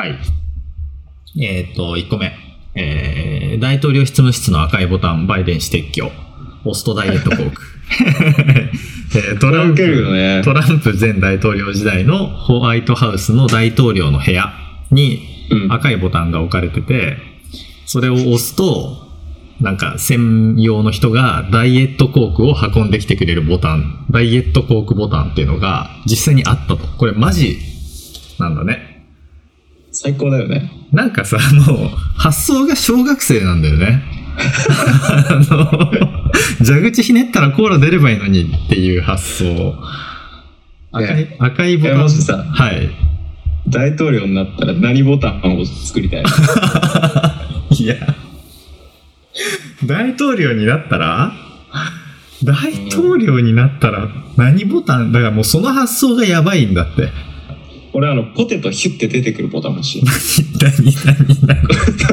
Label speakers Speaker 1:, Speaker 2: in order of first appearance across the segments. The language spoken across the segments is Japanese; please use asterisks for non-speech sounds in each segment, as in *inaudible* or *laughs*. Speaker 1: はい。
Speaker 2: えっ、と、1個目。えー大統領執務室の赤いボタン、バイデン氏撤去。オストダイエットコーク。 *laughs* えート
Speaker 1: これ
Speaker 2: ラン
Speaker 1: 受
Speaker 2: プ
Speaker 1: けるよね。
Speaker 2: トランプ前大統領時代のホワイトハウスの大統領の部屋に
Speaker 1: うん。
Speaker 2: 赤いボタンが置かれてて、それを押すと、なんか専用の人がダイエットコークを運んできてくれるボタン、ダイエットコークボタンっていうのが実際にあったと。これマジなんだね。
Speaker 1: 最高だよね。
Speaker 2: なんかさ、もう発想が小学生なんだよね。あの、蛇口ひねったらコーラ出ればいいのにっていう発想。赤い、赤いボ
Speaker 1: え
Speaker 2: タン。
Speaker 1: もしさ
Speaker 2: はい。
Speaker 1: 大統領になったら何ボタンを作 *laughs* りたい
Speaker 2: いや、大統領になったら大統領になったら何ボタンだからもうその発想がやばいんだって。
Speaker 1: 俺あの、ポテトヒュッて出てくるボタン欲しい。
Speaker 2: 何何何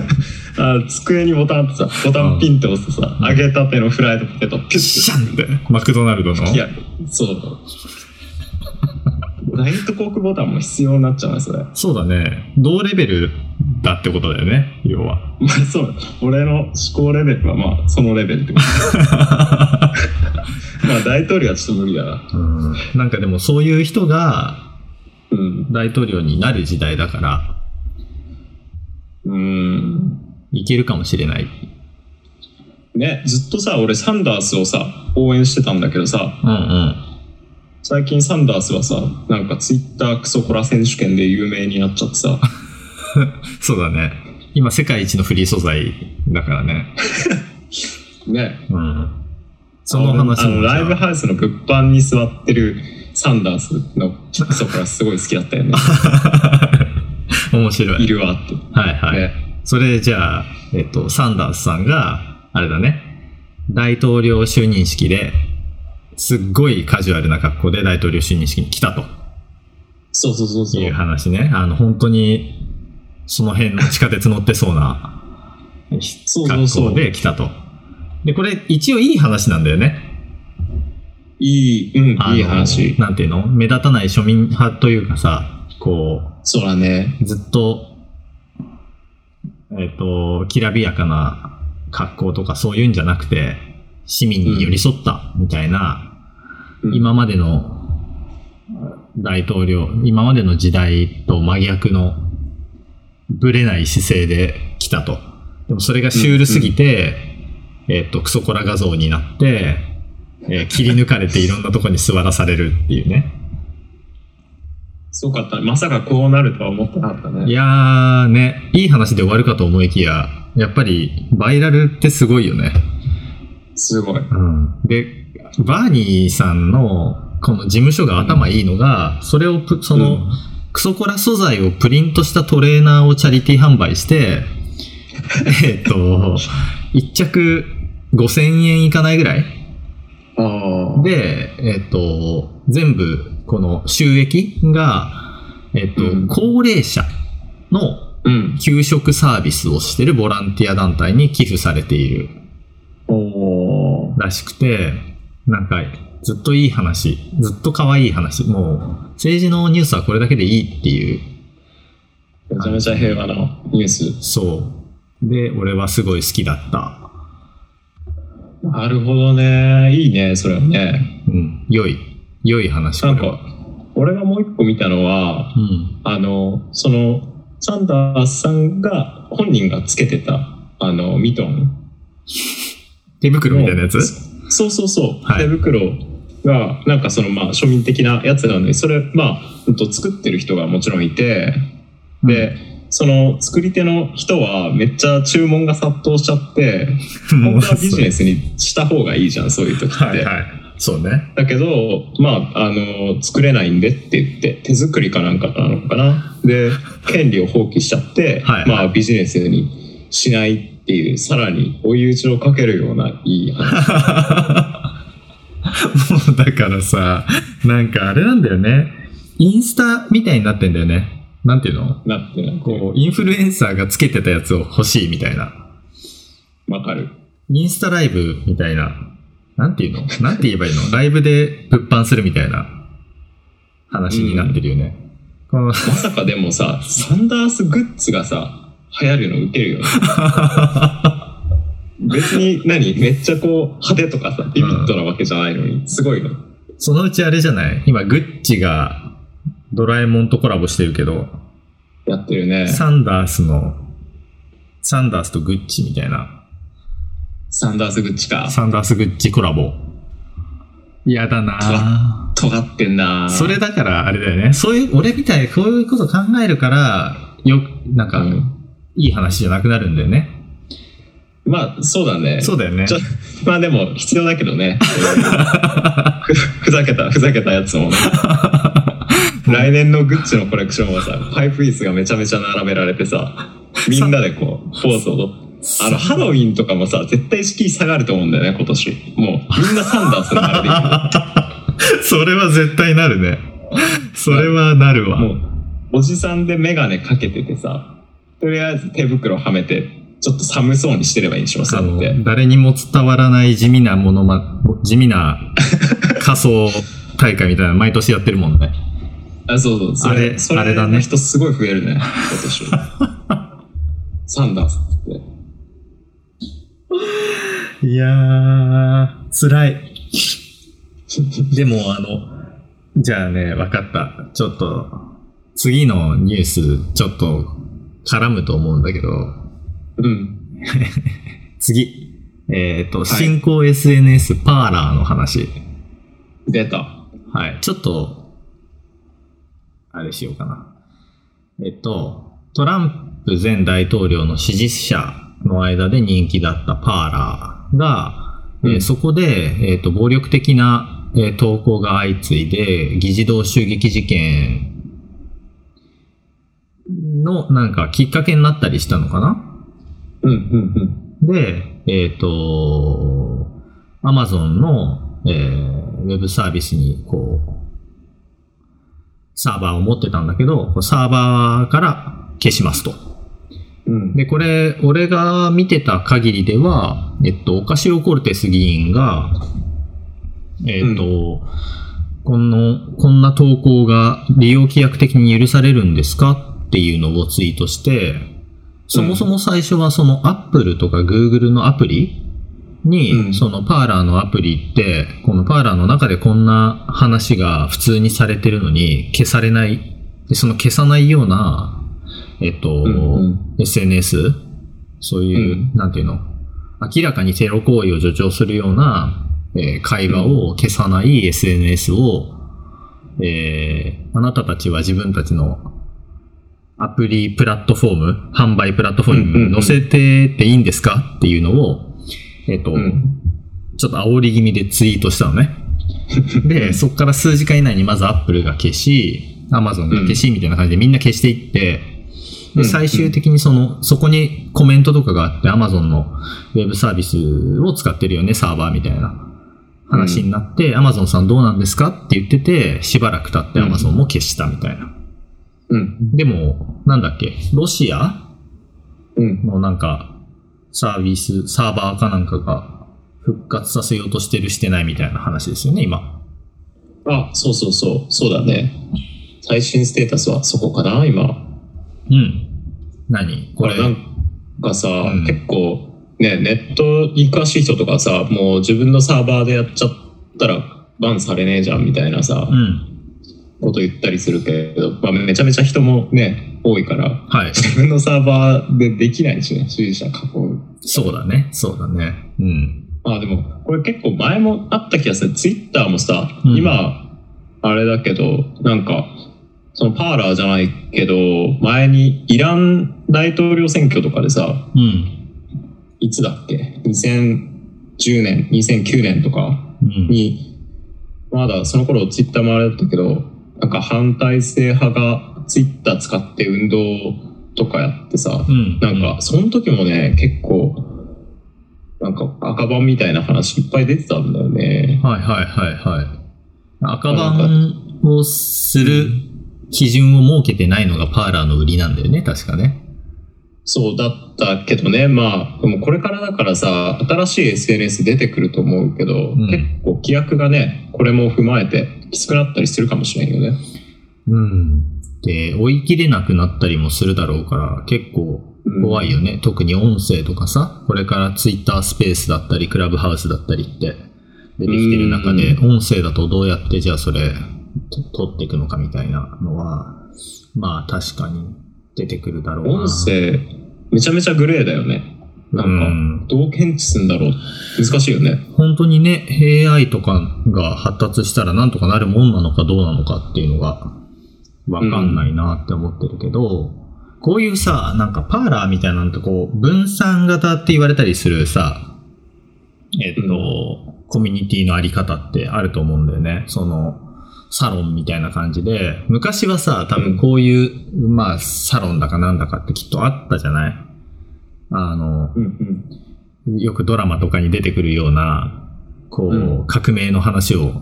Speaker 1: *laughs* あ机にボタンってさ、ボタンピンって押すとさ、揚げたてのフライドポテトピュッ
Speaker 2: シャンって。マクドナルドの
Speaker 1: て。いや、 *laughs* そう。ダイエットコークボタンも必要になっちゃうね、それ。ま
Speaker 2: そうだね。同レベルだってことだよね、要は。
Speaker 1: あそう、俺の思考レベルはまあ、そのレベルってこと *laughs* まあ、大統領はちょっと無理だな。
Speaker 2: うん、なんかでもそういう人が
Speaker 1: うん。
Speaker 2: 大統領になる時代だから、
Speaker 1: うん。
Speaker 2: いけるかもしれない。
Speaker 1: ね、ずっとさ、俺サンダースをさ、応援してたんだけどさ、
Speaker 2: うんうん。
Speaker 1: 最近サンダースはさなんかツイッタークソコラ選手権で有名になっちゃっ
Speaker 2: *laughs*
Speaker 1: てさ
Speaker 2: そうだね。今世界一のフリー素材だからね。
Speaker 1: ね
Speaker 2: うん。その話
Speaker 1: あの
Speaker 2: もじゃあ
Speaker 1: ライブハウスの物販に座ってるサンダースのクソコラすごい好きだ
Speaker 2: *laughs*
Speaker 1: ったよね
Speaker 2: 面白
Speaker 1: い
Speaker 2: い。
Speaker 1: るわって、
Speaker 2: はいはい。
Speaker 1: ね
Speaker 2: それじゃあ、えっと、サンダースさんが、あれだね、大統領就任式で、すっごいカジュアルな格好で大統領就任式に来たと
Speaker 1: そうそうそうそう
Speaker 2: いう話ね。あの、本当に、その辺の地下鉄乗ってそうな
Speaker 1: そうそう
Speaker 2: 格
Speaker 1: そ
Speaker 2: 好
Speaker 1: う
Speaker 2: で来たと。で、これ一応いい話なんだよね。
Speaker 1: いいうん
Speaker 2: あの
Speaker 1: いい話
Speaker 2: なんていうの目立たない庶民派というかさ、こう、
Speaker 1: そうだね
Speaker 2: ずっと、えっ、と、きらびやかな格好とかそういうんじゃなくて、市民に寄り添ったみたいな、
Speaker 1: うん
Speaker 2: 今までの大統領、今までの時代と真逆のぶれない姿勢で来たと。でもそれがシュールすぎて、えっ、と、クソコラ画像になって、えー切り抜かれていろんなとこに座らされるっていうね。
Speaker 1: すごかったまさかこうなるとは思ってなかったね
Speaker 2: いやーね、いい話で終わるかと思いきや、やっぱりバイラルってすごいよね。
Speaker 1: すごい
Speaker 2: うん、で、バーニーさんのこの事務所が頭いいのが、それをプ、その、
Speaker 1: うん
Speaker 2: クソコラ素材をプリントしたトレーナーをチャリティー販売して、えっと、1着5000円いかないぐらい
Speaker 1: ああ
Speaker 2: で、えっと、全部、この収益が、えっと、
Speaker 1: うん
Speaker 2: 高齢者の
Speaker 1: うん
Speaker 2: 給食サービスをしてるボランティア団体に寄付されている
Speaker 1: おー
Speaker 2: らしくて、なんか、ずっといい話、ずっと可愛い話、もう、政治のニュースはこれだけでいいっていう、
Speaker 1: めちゃめちゃ平和なニュース
Speaker 2: そう。で、俺はすごい好きだった。
Speaker 1: なるほどねいいねそれはね
Speaker 2: うん、良い、良い話、こ
Speaker 1: なん
Speaker 2: れ
Speaker 1: か
Speaker 2: は。
Speaker 1: 俺がもう一個見たのは
Speaker 2: うん、
Speaker 1: あの、その、サンダースさんが、本人がつけてた、あの、ミトン。
Speaker 2: 手袋みたいなやつ
Speaker 1: そうそうそう。
Speaker 2: はい
Speaker 1: 手袋が、なんかその、まあ、庶民的なやつなので、それ、まあ、うんと作ってる人がもちろんいて、で、その、作り手の人は、めっちゃ注文が殺到しちゃって、
Speaker 2: *laughs* うん、
Speaker 1: 本当はビジネ
Speaker 2: ス
Speaker 1: スにした方がいいじゃん、そういう時って。
Speaker 2: はいはい。そうね。 *laughs*
Speaker 1: だけど、まあ、あの、作れないんでって言って、手作りかなんかなのかな。で、権利を放棄しちゃって、
Speaker 2: はいはい
Speaker 1: まあ、ビジネスにしないっていう、さらに追い打ちをかけるようないい話。
Speaker 2: もうだからさ、なんかあれなんだよね。インスタみたいになってんだよね。なんていうの
Speaker 1: になってなんか、
Speaker 2: こう、インフルエンサーがつけてたやつを欲しいみたいな。
Speaker 1: わかる。
Speaker 2: インスタライブみたいな。なんていうのなんて言えばいいのライブで物販するみたいな話になってるよね。うん
Speaker 1: まさかでもさ、サンダースグッズがさ、流行るのウケる
Speaker 2: *laughs*
Speaker 1: よね。別に何めっちゃこう派手とかさ、ビビッドなわけじゃないのに、すごいの。
Speaker 2: そのうちあれじゃない今、グッチがドラえもんとコラボしてるけど、
Speaker 1: やってるね。
Speaker 2: サンダースの、サンダースとグッチみたいな、
Speaker 1: サンダースグッチか。
Speaker 2: サンダースグッチコラボ。嫌だな
Speaker 1: 尖ってんな
Speaker 2: ぁそれだからあれだよね。そういう、俺みたいにそういうこと考えるから、よ、なんか、
Speaker 1: うん
Speaker 2: いい話じゃなくなるんだよね。
Speaker 1: まあ、そうだね。
Speaker 2: そうだよね
Speaker 1: ち。ょまあでも、必要だけどね。ふ *laughs* ふざけた、ふざけたやつも
Speaker 2: *laughs*
Speaker 1: ね。来年のグッチのコレクションはさ、パイプ椅子がめちゃめちゃ並べられてさ、みんなでこう、ポーズをとって。あの、ハロウィンとかもさ、絶対敷居下がると思うんだよね、今年。もう、みんなサンダースになるで
Speaker 2: *laughs*
Speaker 1: いい。
Speaker 2: *laughs* それは絶対なるね。それはなるわ。
Speaker 1: もうおじさんで眼鏡かけててさとりあえず手袋はめてちょっと寒そうにしてればいいでしょ
Speaker 2: あ
Speaker 1: さっ
Speaker 2: の
Speaker 1: て
Speaker 2: 誰にも伝わらない地味なものま、地味
Speaker 1: *laughs*
Speaker 2: な仮想大会みたいなの毎年やってるもんね。
Speaker 1: あそうそうそ
Speaker 2: あれ
Speaker 1: それ
Speaker 2: あれだね
Speaker 1: 人すごい増えるね今年
Speaker 2: *laughs*
Speaker 1: サンダースって
Speaker 2: いやー、辛い。でもあの、じゃあね、わかった。ちょっと、次のニュース、ちょっと絡むと思うんだけど、
Speaker 1: *laughs* うん
Speaker 2: 次。えっ、と、新興 SNS パーラーの話。
Speaker 1: 出た
Speaker 2: はい。ちょっと、あれしようかな。えっと、トランプ前大統領の支持者の間で人気だったパーラーが、えー
Speaker 1: うん
Speaker 2: そこで、えっと、暴力的な、えー投稿が相次いで、議事堂襲撃事件の、なんか、きっかけになったりしたのかな
Speaker 1: うんうん
Speaker 2: で、えっ、と、アマゾンの、えーウェブサービスに、こう、サーバーを持ってたんだけど、こうサーバーから消しますと。
Speaker 1: うんうん
Speaker 2: で、これ、俺が見てた限りでは、えっと、オカシオ・コルテス議員が、えっと、この、こんな投稿が利用規約的に許されるんですかっていうのをツイートして、そもそも最初はそのアップルとかグーグルのアプリに、
Speaker 1: うん
Speaker 2: そのパーラーのアプリって、このパーラーの中でこんな話が普通にされてるのに消されない、でその消さないような、えっと、
Speaker 1: うんうん
Speaker 2: SNS、そういう、なんていうの、明らかにテロ行為を助長するような、えー会話を消さない SNS を、えーあなたたちは自分たちのアプリプラットフォーム、販売プラットフォームに載せてっていいんですかっていうのを、えっ、と、
Speaker 1: うん
Speaker 2: ちょっと煽り気味でツイートしたのね。
Speaker 1: *laughs*
Speaker 2: で、そこから数時間以内にまずアップルが消し、アマゾンが消しみたいな感じでみんな消していって、
Speaker 1: う
Speaker 2: で、
Speaker 1: ん
Speaker 2: 最終的にその、そこにコメントとかがあって、アマゾンのウェブサービスを使ってるよね、サーバーみたいな話になって、アマゾンさんどうなんですかって言ってて、しばらく経ってアマゾンも消したみたいな。
Speaker 1: うん
Speaker 2: でも、なんだっけ、ロシア
Speaker 1: うん
Speaker 2: のなんか、サービス、サーバーかなんかが復活させようとしてるしてないみたいな話ですよね、今。
Speaker 1: あそうそうそうそうだね最新ステータスはそこかな今
Speaker 2: うん。何こ
Speaker 1: こ
Speaker 2: れ
Speaker 1: れ。なんかさ、
Speaker 2: うん
Speaker 1: 結構ねネットに詳しい人とかさもう自分のサーバーでやっちゃったらバンされねえじゃんみたいなさ、
Speaker 2: うん。
Speaker 1: こと言ったりするけど、まあ、めちゃめちゃ人もね多いから
Speaker 2: はい。
Speaker 1: 自分のサーバーでできないしね支持者囲う
Speaker 2: そうだね。そうだね。うん。
Speaker 1: まあでもこれ結構前もあった気がするツイッターもさ、
Speaker 2: うん
Speaker 1: 今あれだけどなんかそのパーラーじゃないけど前にイラン大統領選挙とかでさ、
Speaker 2: うん。
Speaker 1: いつだっけ2010年2009年とか
Speaker 2: うん。
Speaker 1: にまだその頃ツイッターもあれだったけどなんか反体制派がツイッター使って運動とかやってさ
Speaker 2: うん。
Speaker 1: なんかその時もね結構なんか赤番みたいな話いっぱい出てたんだよね
Speaker 2: うん。はいはいはいはい。赤番をする基準を設けてないのがパーラーの売りなんだよね、確かね。
Speaker 1: そうだったけどねまあでもこれからだからさ新しい SNS 出てくると思うけど、
Speaker 2: ん
Speaker 1: 結構規約がねこれも踏まえてきつくなったりするかもしれんよね
Speaker 2: うん。って追い切れなくなったりもするだろうから結構怖いよね、特に音声とかさこれからツイッタースペースだったりクラブハウスだったりって出てきてる中で音声だとどうやってじゃあそれと取っていくのかみたいなのはまあ確かに出てくるだろうな
Speaker 1: 音声、めちゃめちゃグレーだよね。なん
Speaker 2: う
Speaker 1: か、
Speaker 2: ん
Speaker 1: どう検知するんだろう。難しいよね。
Speaker 2: 本当にね AI とかが発達したらなんとかなるもんなのかどうなのかっていうのがわかんないなって思ってるけど、こういうさなんかパーラーみたいなのってこう分散型って言われたりするさえっと、
Speaker 1: う
Speaker 2: コミュニティのあり方ってあると思うんだよねそのサロンみたいな感じで昔はさ多分こういう、まあサロンだかなんだかってきっとあったじゃないあの、
Speaker 1: うんうん。
Speaker 2: よくドラマとかに出てくるような、こう、
Speaker 1: うん
Speaker 2: 革命の話を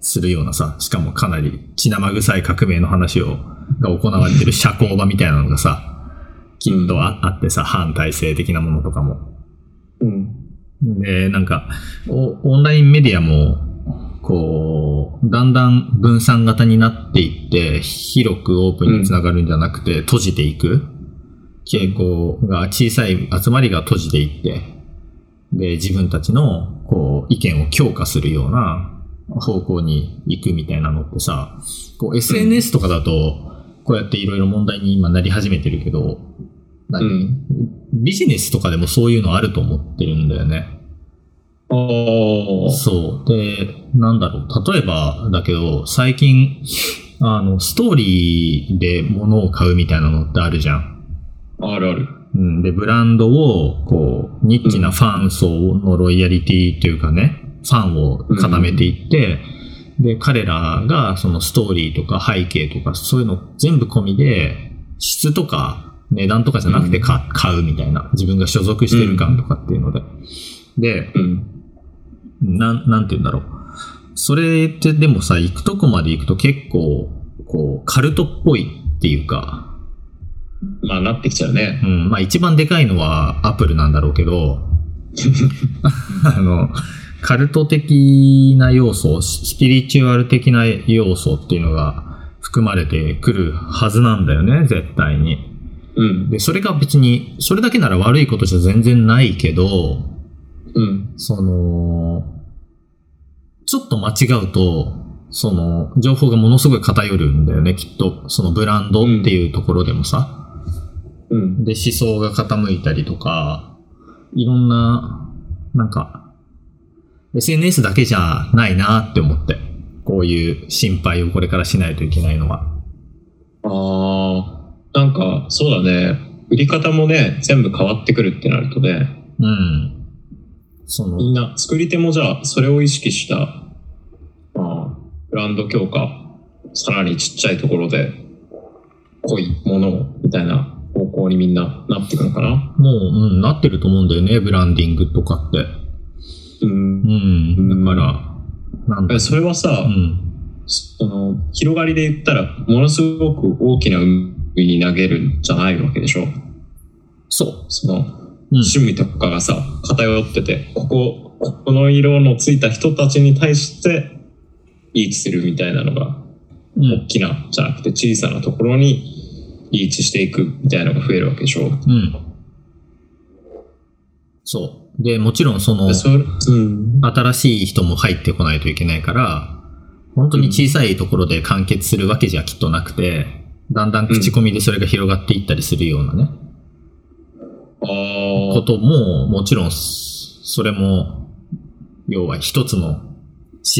Speaker 2: するようなさ、しかもかなり血生臭い革命の話を、が行われてる社交場みたいなのがさ、きっとああってさ、反体制的なものとかも。
Speaker 1: うん。
Speaker 2: で、なんか、おオンラインメディアも、こう、だんだん分散型になっていって、広くオープンにつながるんじゃなくて、閉じていく傾向が、小さい集まりが閉じていって、で、自分たちの、こう、意見を強化するような方向に行くみたいなのってさ、こう、SNS とかだと、こうやっていろいろ問題に今なり始めてるけど、
Speaker 1: う
Speaker 2: 何
Speaker 1: ん。
Speaker 2: ビジネスとかでもそういうのあると思ってるんだよね。
Speaker 1: ああ。
Speaker 2: そう。で、なんだろう。例えばだけど、最近、あの、ストーリーで物を買うみたいなのってあるじゃん。
Speaker 1: あるある。
Speaker 2: うん、で、ブランドを、こう、ニッチなファン層のロイヤリティというかね、ファンを固めていって、で、彼らがそのストーリーとか背景とか、そういうの全部込みで、質とか値段とかじゃなくてか買うみたいな、自分が所属してる感とかっていうので。で、
Speaker 1: うん。
Speaker 2: なん、なんて言うんだろう。それってでもさ、行くとこまで行くと結構、こう、カルトっぽいっていうか、
Speaker 1: まあ、なってきちゃう
Speaker 2: う
Speaker 1: ね。
Speaker 2: ん、まあ一番でかいのはアップルなんだろうけど、 *laughs* あの、カルト的な要素、スピリチュアル的な要素っていうのが含まれてくるはずなんだよね、絶対に。
Speaker 1: うん。
Speaker 2: で、それが別に、それだけなら悪いことじゃ全然ないけど、
Speaker 1: うん。
Speaker 2: その、ちょっと間違うと、その、情報がものすごい偏るんだよね、きっと。そのブランドっていうところでもさ。
Speaker 1: うん。
Speaker 2: で、思想が傾いたりとか、いろんな、なんか、SNS だけじゃないなって思って。こういう心配をこれからしないといけないのは。
Speaker 1: ああ。なんか、そうだね。売り方もね、全部変わってくるってなるとね、
Speaker 2: うん。そ
Speaker 1: み
Speaker 2: の、
Speaker 1: んな作り手もじゃあ、それを意識した、まあ、ブランド強化、さらにちっちゃいところで、濃いものを、みたいな方向にみんななっていくのかな。
Speaker 2: もう、うん、なってると思うんだよね、ブランディングとかって。
Speaker 1: うん
Speaker 2: う。ん。だから、なんだ
Speaker 1: えそれはさ、
Speaker 2: うん。
Speaker 1: その広がりで言ったらものすごく大きな海に投げるんじゃないわけでしょ
Speaker 2: そ
Speaker 1: その
Speaker 2: う。うん。
Speaker 1: 趣味とかがさ偏っててここここの色のついた人たちに対してリーチするみたいなのが
Speaker 2: うん
Speaker 1: 大。きなじゃなくて小さなところにリーチしていくみたいなのが増えるわけでしょ
Speaker 2: うん。そう。で、もちろんその
Speaker 1: で、それうん
Speaker 2: 新しい人も入ってこないといけないから、本当に小さいところで完結するわけじゃきっとなくて、だんだん口コミでそれが広がっていったりするようなね、
Speaker 1: あ
Speaker 2: こ
Speaker 1: ー
Speaker 2: とも、もちろん、それも、要は一つの思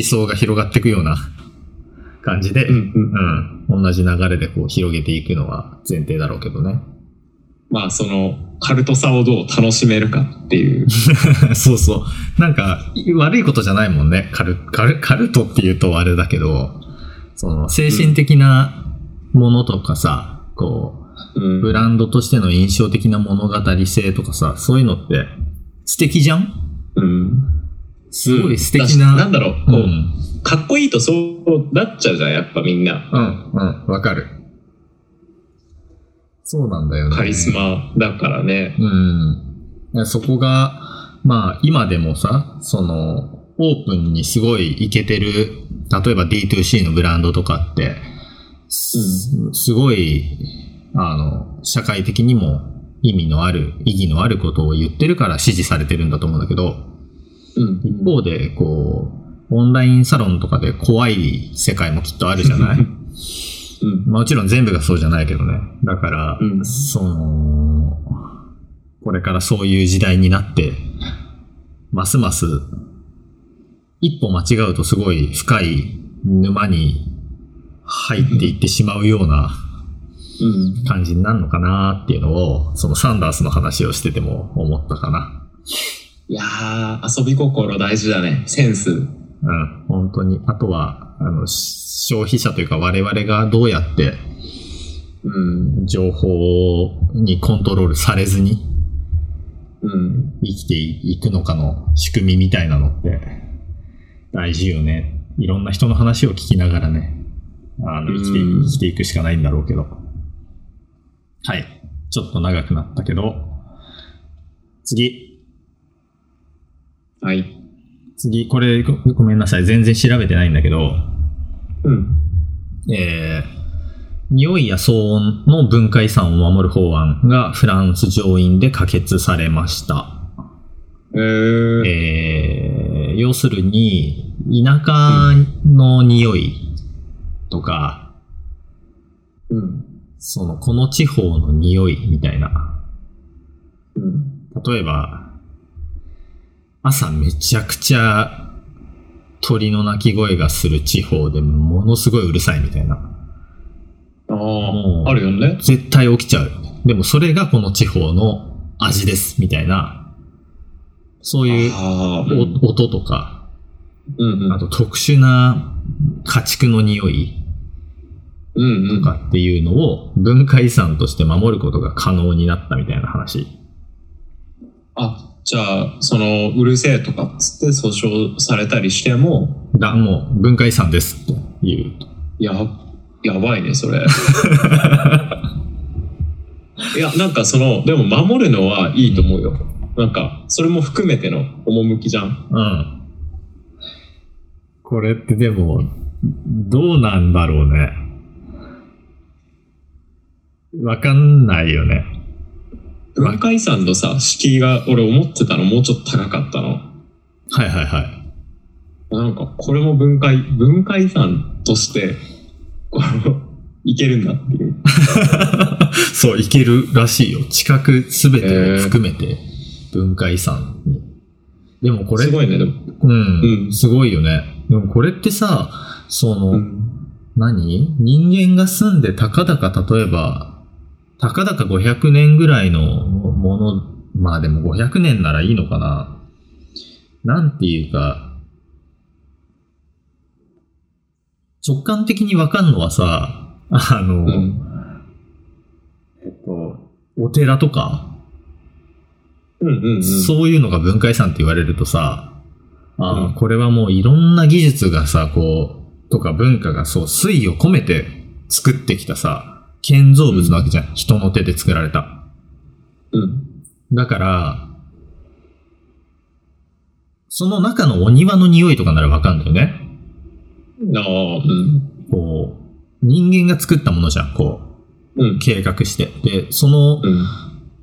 Speaker 2: 想が広がっていくような *laughs* 感じで、
Speaker 1: う
Speaker 2: うん、
Speaker 1: んうん
Speaker 2: 同じ流れでこう広げていくのは前提だろうけどね。
Speaker 1: まあそのカルトさをどう楽しめるかっていう
Speaker 2: *laughs* そうそう。なんか、い悪いことじゃないもんね。カル、カル、カルトって言うとあれだけど、その、精神的なものとかさ、こ
Speaker 1: う
Speaker 2: う、
Speaker 1: ん
Speaker 2: ブランドとしての印象的な物語性とかさ、そういうのって素敵じゃん
Speaker 1: うん
Speaker 2: すごい素
Speaker 1: だ
Speaker 2: 敵
Speaker 1: しな
Speaker 2: な。
Speaker 1: んだろう、
Speaker 2: うん、
Speaker 1: こ
Speaker 2: う、
Speaker 1: うんかっこいいとそうなっちゃうじゃん、やっぱみんな。
Speaker 2: うん、わかる。そうなんだよね。
Speaker 1: カリスマだからね。
Speaker 2: うん。そこが、まあ今でもさ、その、オープンにすごいいけてる、例えば D2C のブランドとかって、すすごい、あの、社会的にも意味のある、意義のあることを言ってるから支持されてるんだと思うんだけど、
Speaker 1: うん
Speaker 2: 一方で、こう、オンラインサロンとかで怖い世界もきっとあるじゃない
Speaker 1: うん
Speaker 2: もちろん全部がそうじゃないけどね。だから、
Speaker 1: うん
Speaker 2: その、これからそういう時代になって、ますます、一歩間違うとすごい深い沼に入っていってしまうような
Speaker 1: うん
Speaker 2: 感じになるのかなっていうのを、そのサンダースの話をしてても思ったかな。
Speaker 1: いやー遊び心大事だねセンス
Speaker 2: うん、本当に。あとは、あの、し消費者というか我々がどうやって
Speaker 1: うん
Speaker 2: 情報にコントロールされずに
Speaker 1: うん
Speaker 2: 生きていくのかの仕組みみたいなのって大事よね。いろんな人の話を聞きながらね、あの生きて
Speaker 1: うん
Speaker 2: 生きていくしかないんだろうけど。はい。ちょっと長くなったけど、次。
Speaker 1: はい
Speaker 2: 次、これごごめんなさい。全然調べてないんだけど、
Speaker 1: うん
Speaker 2: えー、匂いや騒音の文化遺産を守る法案がフランス上院で可決されました。
Speaker 1: えー、
Speaker 2: えー要するに、田舎の匂いとか、
Speaker 1: うん
Speaker 2: その、この地方の匂いみたいな。
Speaker 1: うん
Speaker 2: 例えば、朝めちゃくちゃ鳥の鳴き声がする地方でものすごいうるさいみたいな。
Speaker 1: あ
Speaker 2: もう
Speaker 1: ああるよね
Speaker 2: 絶対起きちゃう。でもそれがこの地方の味ですみたいな。そういう
Speaker 1: あーうん
Speaker 2: お音とか、
Speaker 1: うんうん
Speaker 2: あと特殊な家畜の匂い。
Speaker 1: うんう
Speaker 2: と
Speaker 1: ん
Speaker 2: かっていうのを文化遺産として守ることが可能になったみたいな話。
Speaker 1: あじゃあそのうるせえとかっつって訴訟されたりしても
Speaker 2: が、もう文化遺産ですという。
Speaker 1: ややばいね
Speaker 2: *laughs*
Speaker 1: それいやなんかそのでも守るのはいいと思うよなんかそれも含めての趣じゃん
Speaker 2: うん。これってでも、どうなんだろうね。わかんないよね。
Speaker 1: 文化遺産のさ敷居が俺思ってたのもうちょっと高かったの
Speaker 2: はいはいはい。
Speaker 1: なんかこれも文化遺文化遺産として *laughs* このいけるんだっていう
Speaker 2: そう、いけるらしいよ。近くすべてを含めて文化遺産に。でもこれ、
Speaker 1: すごいねでも
Speaker 2: うん、
Speaker 1: うん
Speaker 2: すごいよね。でもこれってさ、その、
Speaker 1: うん
Speaker 2: 何人間が住んでたかだか例えば、たかだか500年ぐらいのもの、まあでも500年ならいいのかな。なんていうか、直感的にわかんのはさ、あの、
Speaker 1: うん
Speaker 2: えっと、お寺とか、
Speaker 1: うんうんうん
Speaker 2: そういうのが文化遺産って言われるとさ、ああ、
Speaker 1: うん
Speaker 2: これはもういろんな技術がさ、こう、とか文化がそう、水を込めて作ってきたさ、建造物なわけじゃん。人の手で作られた。
Speaker 1: うん
Speaker 2: だから、その中のお庭の匂いとかならわかんだよね。
Speaker 1: ああうん
Speaker 2: こう、人間が作ったものじゃん、こ
Speaker 1: うん
Speaker 2: う、計画して。で、その
Speaker 1: うん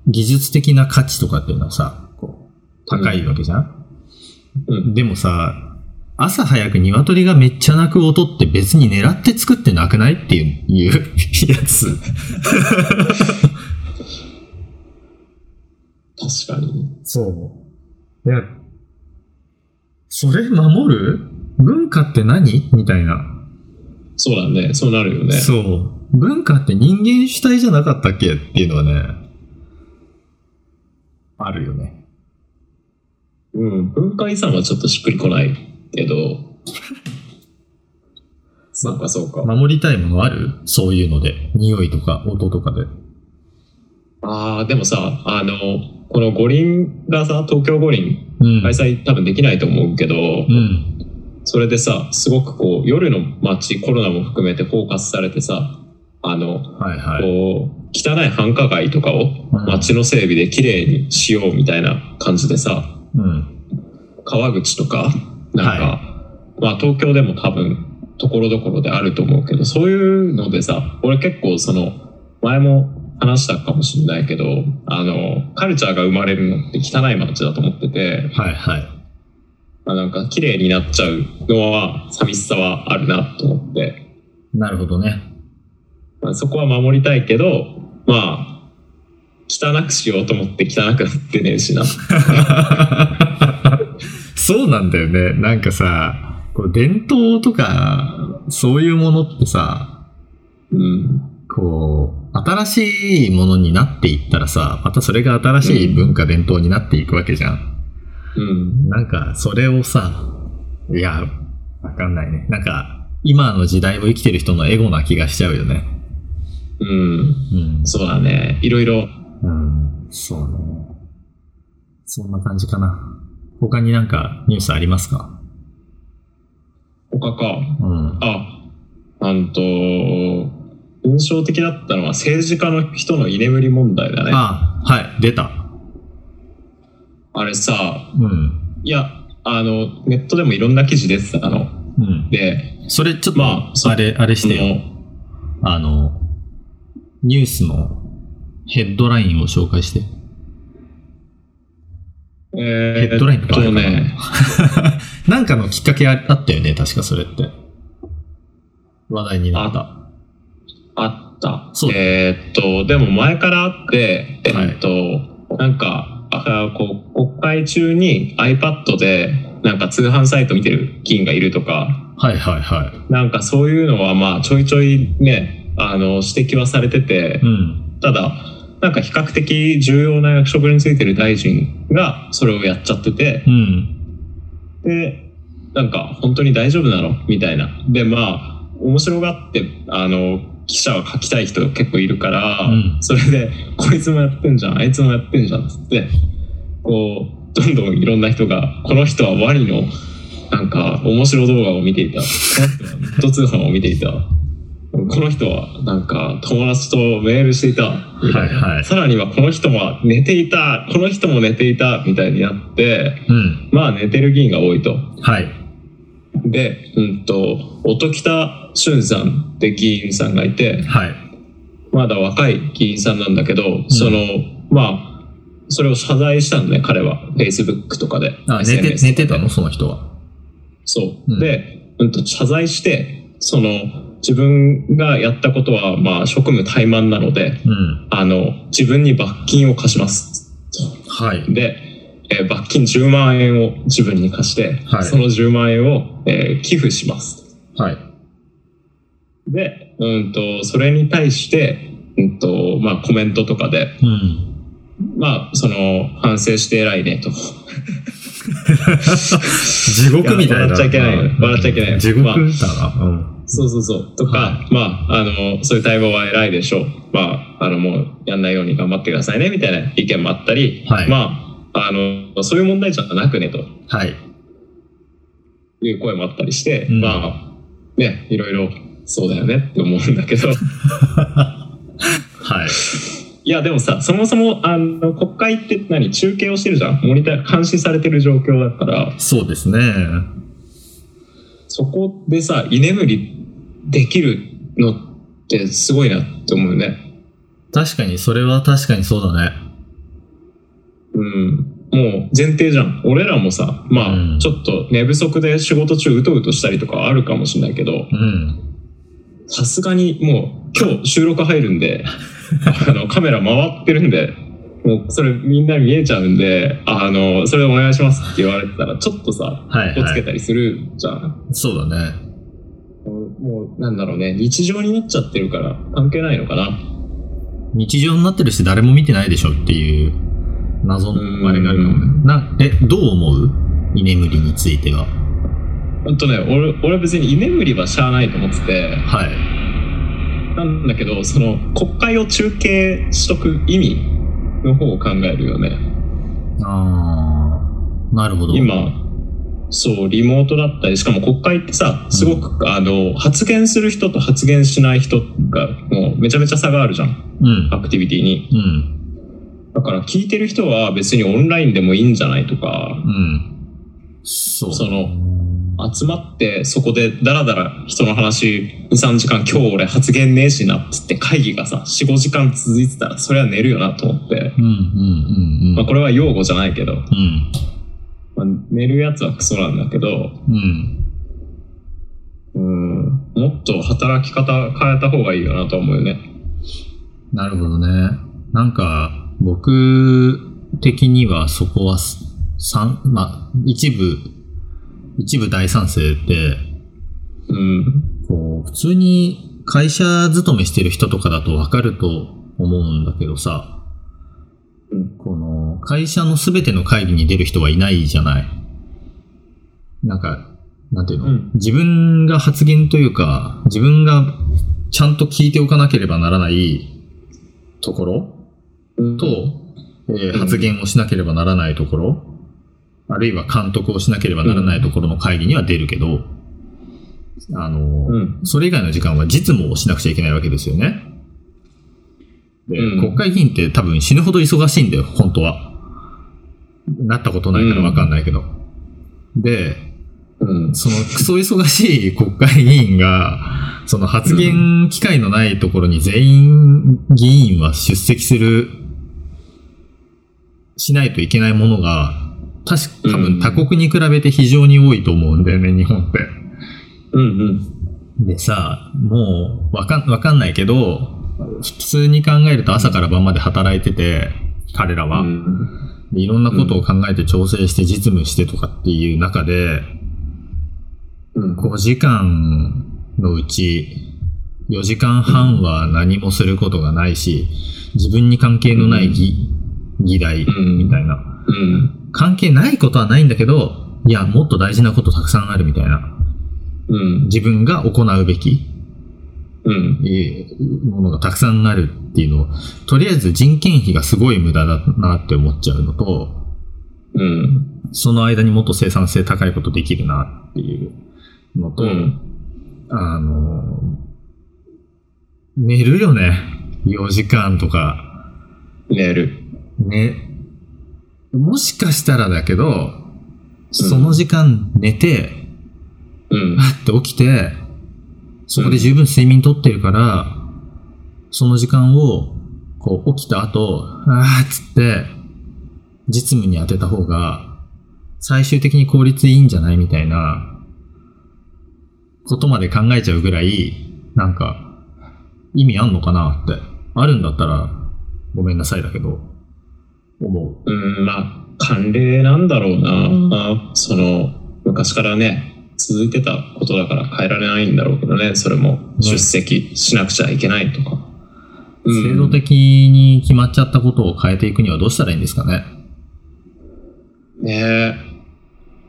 Speaker 2: 技術的な価値とかっていうのはさ、こう、高いわけじゃん
Speaker 1: うん
Speaker 2: でもさ、朝早く鶏がめっちゃ鳴く音って別に狙って作ってなくないっていういう *laughs* やつ。
Speaker 1: 確かに
Speaker 2: そう。いや、それ守る文化って何みたいな。
Speaker 1: そうだねそうなるよね
Speaker 2: そう。文化って人間主体じゃなかったっけっていうのはね、あるよね。
Speaker 1: うん、文化遺産はちょっとしっくりこないけ *laughs* ど。そうかそうか。
Speaker 2: 守りたいものあるそういうので。匂いとか音とかで。
Speaker 1: ああ、でもさ、あの、この五輪がさ、東京五輪
Speaker 2: うん。
Speaker 1: 開催多分できないと思うけど、
Speaker 2: うん。
Speaker 1: それでさ、すごくこう、夜の街、コロナも含めてフォーカスされてさ、あの、
Speaker 2: はいはい。
Speaker 1: こう、汚い繁華街とかを
Speaker 2: うん
Speaker 1: 街の整備で綺麗にしようみたいな感じでさ、
Speaker 2: うん。
Speaker 1: 川口とかなんか、まあ東京でも多分ところどころであると思うけどそういうのでさ俺結構その前も話したかもしれないけどあのカルチャーが生まれるのって汚い街だと思ってて、
Speaker 2: はいはい。
Speaker 1: まあ、なんか綺麗になっちゃうのは寂しさはあるなと思って、
Speaker 2: なるほどね。
Speaker 1: まあ、そこは守りたいけどまあ汚くしようと思って汚くなってねえしな。
Speaker 2: そうなんだよね。なんかさ、こう伝統とか、そういうものってさ、
Speaker 1: うん、
Speaker 2: こう、新しいものになっていったらさ、またそれが新しい文化、伝統になっていくわけじゃん。
Speaker 1: うん、
Speaker 2: なんか、それをさ、いや、わかんないね。なんか、今の時代を生きてる人のエゴな気がしちゃうよね。
Speaker 1: うん、
Speaker 2: うん。
Speaker 1: そうだねいろいろ
Speaker 2: うん、そうね。そんな感じかな。他になんかニュースありますか
Speaker 1: 他か
Speaker 2: うん。
Speaker 1: あ、なんと、印象的だったのは政治家の人の居眠り問題だね。あ
Speaker 2: あ、はい、出た。
Speaker 1: れさ、
Speaker 2: うん。
Speaker 1: いや、あの、ネットでもいろんな記事出てたの。
Speaker 2: うん。
Speaker 1: で、
Speaker 2: それちょっと、
Speaker 1: まあそう
Speaker 2: あれ、あれし
Speaker 1: そ
Speaker 2: てよ。
Speaker 1: の、
Speaker 2: あの、ニュースのヘッドラインを紹介して。
Speaker 1: え
Speaker 2: ヘッドラインとかあ
Speaker 1: えっ
Speaker 2: る
Speaker 1: と
Speaker 2: かな
Speaker 1: ね、
Speaker 2: なんかのきっかけああったよね、確かそれって。話題になった。
Speaker 1: あった。
Speaker 2: そう
Speaker 1: えーっと、でも前からあって、え
Speaker 2: はい
Speaker 1: ーっと、なんか、あこう国会中に iPad でなんか通販サイト見てる議員がいるとか
Speaker 2: はいはいは
Speaker 1: なんかそういうのはまあちょいちょいねあの指摘はされてて
Speaker 2: い。うん。
Speaker 1: ただなんか比較的重要な役職についてる大臣がそれをやっちゃってて
Speaker 2: うん。
Speaker 1: でなんか本当に大丈夫なのみたいなでまあ面白がってあの記者は書きたい人結構いるから、
Speaker 2: うん
Speaker 1: それでこいつもやってんじゃんあいつもやってんじゃんっつってこうどんどんいろんな人がこの人はワニのなんか面白動画を見て
Speaker 2: *laughs*
Speaker 1: いたこの人はネット通販を見ていたこの人はなんか友達とメールしていたみたいな
Speaker 2: はいはい
Speaker 1: さらにはこの人は寝ていたこの人も寝ていたみたいになって
Speaker 2: うん。
Speaker 1: まあ寝てる議員が多いと。
Speaker 2: はい。
Speaker 1: で、うんと、音喜多俊さんって議員さんがいて、
Speaker 2: はい。
Speaker 1: まだ若い議員さんなんだけど、その、まあ、それを謝罪したのね、彼は。Facebook とかで。
Speaker 2: あ、寝て、
Speaker 1: SNS
Speaker 2: 寝てたのその人は。
Speaker 1: そう。
Speaker 2: うん
Speaker 1: で、うんと、謝罪して、その、自分がやったことは、まあ、職務怠慢なので、
Speaker 2: うん。
Speaker 1: あの、自分に罰金を課します。
Speaker 2: はい。
Speaker 1: で、えー罰金10万円を自分に貸して、
Speaker 2: はい
Speaker 1: その10万円を、えー寄付します。
Speaker 2: はい。
Speaker 1: で、うんと、それに対して、うんと、まあコメントとかで、
Speaker 2: うん。
Speaker 1: まあその、反省して偉いねと。
Speaker 2: 地獄みたいな。
Speaker 1: いや笑っちゃいけないよ
Speaker 2: うん
Speaker 1: 笑っちゃいけないよ
Speaker 2: 地獄
Speaker 1: まあ
Speaker 2: だな。うん。
Speaker 1: *laughs* そうそうそう。とか、
Speaker 2: は
Speaker 1: まあ、あの、そういう対応は偉いでしょう。まあ、あの、もうやんないように頑張ってくださいね、みたいな意見もあったり、
Speaker 2: はい
Speaker 1: まあ、あの、そういう問題じゃなくね、と
Speaker 2: はい。
Speaker 1: いう声もあったりして、
Speaker 2: うん
Speaker 1: まあ、ね、いろいろ、そうだよねって思うんだけ *laughs* ど。
Speaker 2: はい。
Speaker 1: いやでもさそもそもあの国会って何中継をしてるじゃんモニター監視されてる状況だから
Speaker 2: そうですね。
Speaker 1: そこでさ居眠りできるのってすごいなって思うね
Speaker 2: 確かに、それは確かにそうだね。
Speaker 1: うんもう前提じゃん俺らもさまあ、
Speaker 2: うん
Speaker 1: ちょっと寝不足で仕事中うとうとしたりとかあるかもしれないけど
Speaker 2: うん。
Speaker 1: さすがにもう今日収録入る
Speaker 2: *laughs*
Speaker 1: んであのカメラ回ってるんでもうそれみんな見えちゃうんであのそれお願いしますって言われてたらちょっとさ
Speaker 2: はい、
Speaker 1: をつ
Speaker 2: は
Speaker 1: け
Speaker 2: い。
Speaker 1: たりするじゃん、
Speaker 2: そうだね。
Speaker 1: もうもうなんだろうね日常になっちゃってるから関係ないのかな
Speaker 2: 日常になってるし、誰も見てないでしょっていう謎のあれがあるかもね。なえ、どう思う居眠りについては。
Speaker 1: ほんとね俺俺別に居眠りはしゃあないと思ってて
Speaker 2: はい。
Speaker 1: なんだけどその国会を中継しとく意味の方を考えるよね
Speaker 2: あー、なるほど。
Speaker 1: 今そうリモートだったりしかも国会ってさすごく、あの発言する人と発言しない人がもうめちゃめちゃ差があるじゃん
Speaker 2: うん。
Speaker 1: アクティビティに
Speaker 2: うん。
Speaker 1: だから聞いてる人は別にオンラインでもいいんじゃないとか
Speaker 2: うん。そう。
Speaker 1: その集まってそこでダラダラ人の話23時間今日俺発言ねえしなっつって会議がさ45時間続いてたらそれは寝るよなと思って、
Speaker 2: うんうんうんうん。
Speaker 1: まあ、これは用語じゃないけど、
Speaker 2: うん。
Speaker 1: まあ、寝るやつはクソなんだけど
Speaker 2: うん。
Speaker 1: うんもっと働き方変えた方がいいよなと思うよね
Speaker 2: なるほどね。なんか、僕的にはそこはす、三、まあ、一部、一部大賛成で、
Speaker 1: うん
Speaker 2: こう、普通に会社勤めしてる人とかだとわかると思うんだけどさ、
Speaker 1: うん
Speaker 2: この、会社の全ての会議に出る人はいないじゃない。なんか、なんていうの、
Speaker 1: うん
Speaker 2: 自分が発言というか、自分がちゃんと聞いておかなければならないところ
Speaker 1: うん
Speaker 2: と、えー
Speaker 1: うん
Speaker 2: 発言をしなければならないところ、あるいは監督をしなければならないところの会議には出るけど、あのー
Speaker 1: うん
Speaker 2: それ以外の時間は実務をしなくちゃいけないわけですよね。で、
Speaker 1: うん
Speaker 2: 国会議員って多分死ぬほど忙しいんだよ、本当は。なったことないからわかんないけど。で、
Speaker 1: うん
Speaker 2: そのクソ忙しい国会議員が、その発言機会のないところに全員議員は出席する、しないといけないものが、確か、多
Speaker 1: う
Speaker 2: 分
Speaker 1: ん
Speaker 2: 他国に比べて非常に多いと思うんだよね、日本って。
Speaker 1: うんうん
Speaker 2: でさ、もう、わかん、わかんないけど、普通に考えると朝から晩まで働いてて、彼らは。
Speaker 1: うん
Speaker 2: でいろんなことを考えて調整して実務してとかっていう中で、
Speaker 1: うん
Speaker 2: 5時間のうち4時間半は何もすることがないし、自分に関係のない議,、議題
Speaker 1: うん
Speaker 2: みたいな。
Speaker 1: うん
Speaker 2: 関係ないことはないんだけど、いや、もっと大事なことたくさんあるみたいな。
Speaker 1: うん
Speaker 2: 自分が行うべき
Speaker 1: うん
Speaker 2: えーものがたくさんあるっていうのを、とりあえず人件費がすごい無駄だなって思っちゃうのと、
Speaker 1: うん
Speaker 2: その間にもっと生産性高いことできるなっていうのと、
Speaker 1: うん
Speaker 2: あの、寝るよね。4時間とか。
Speaker 1: 寝る
Speaker 2: ね。もしかしたらだけど、その時間寝て、
Speaker 1: うん
Speaker 2: あって起きて、そこで十分睡眠とってるから、その時間を、こう起きた後、あーっつって、実務に当てた方が、最終的に効率いいんじゃないみたいな、ことまで考えちゃうぐらい、なんか、意味あんのかなって。あるんだったら、ごめんなさいだけど、思
Speaker 1: うん、まあ、慣例なんだろうな、
Speaker 2: うん
Speaker 1: あその、昔からね、続いてたことだから変えられないんだろうけどね、それも
Speaker 2: ん
Speaker 1: 出席しなくちゃいけないとか。
Speaker 2: う。
Speaker 1: うん
Speaker 2: 制度的に決まっちゃったことを変えていくにはどうしたらいいんですかね。
Speaker 1: ねえ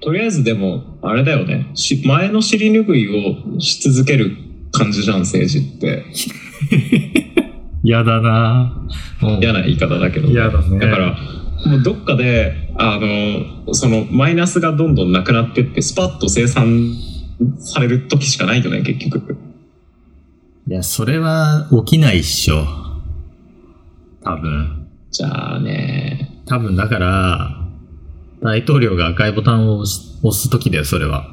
Speaker 1: とりあえずでも、あれだよね、し前の尻拭いをし続ける感じじゃん、政治って。
Speaker 2: 嫌だな
Speaker 1: 嫌な言い方だけど。
Speaker 2: 嫌だね。
Speaker 1: だから、もうどっかで、あの、そのマイナスがどんどんなくなってって、スパッと生産される時しかないよね、結局。
Speaker 2: いや、それは起きないっしょ。多分。
Speaker 1: じゃあね、
Speaker 2: 多分だから、大統領が赤いボタンを押し押すときだよ、それ
Speaker 1: *laughs*
Speaker 2: は。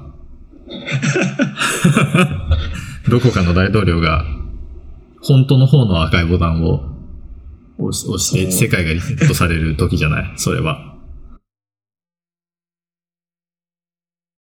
Speaker 2: どこかの大統領が、本当の方の赤いボタンを押し押して、
Speaker 1: そ
Speaker 2: 世界がリセットされるときじゃない、それは。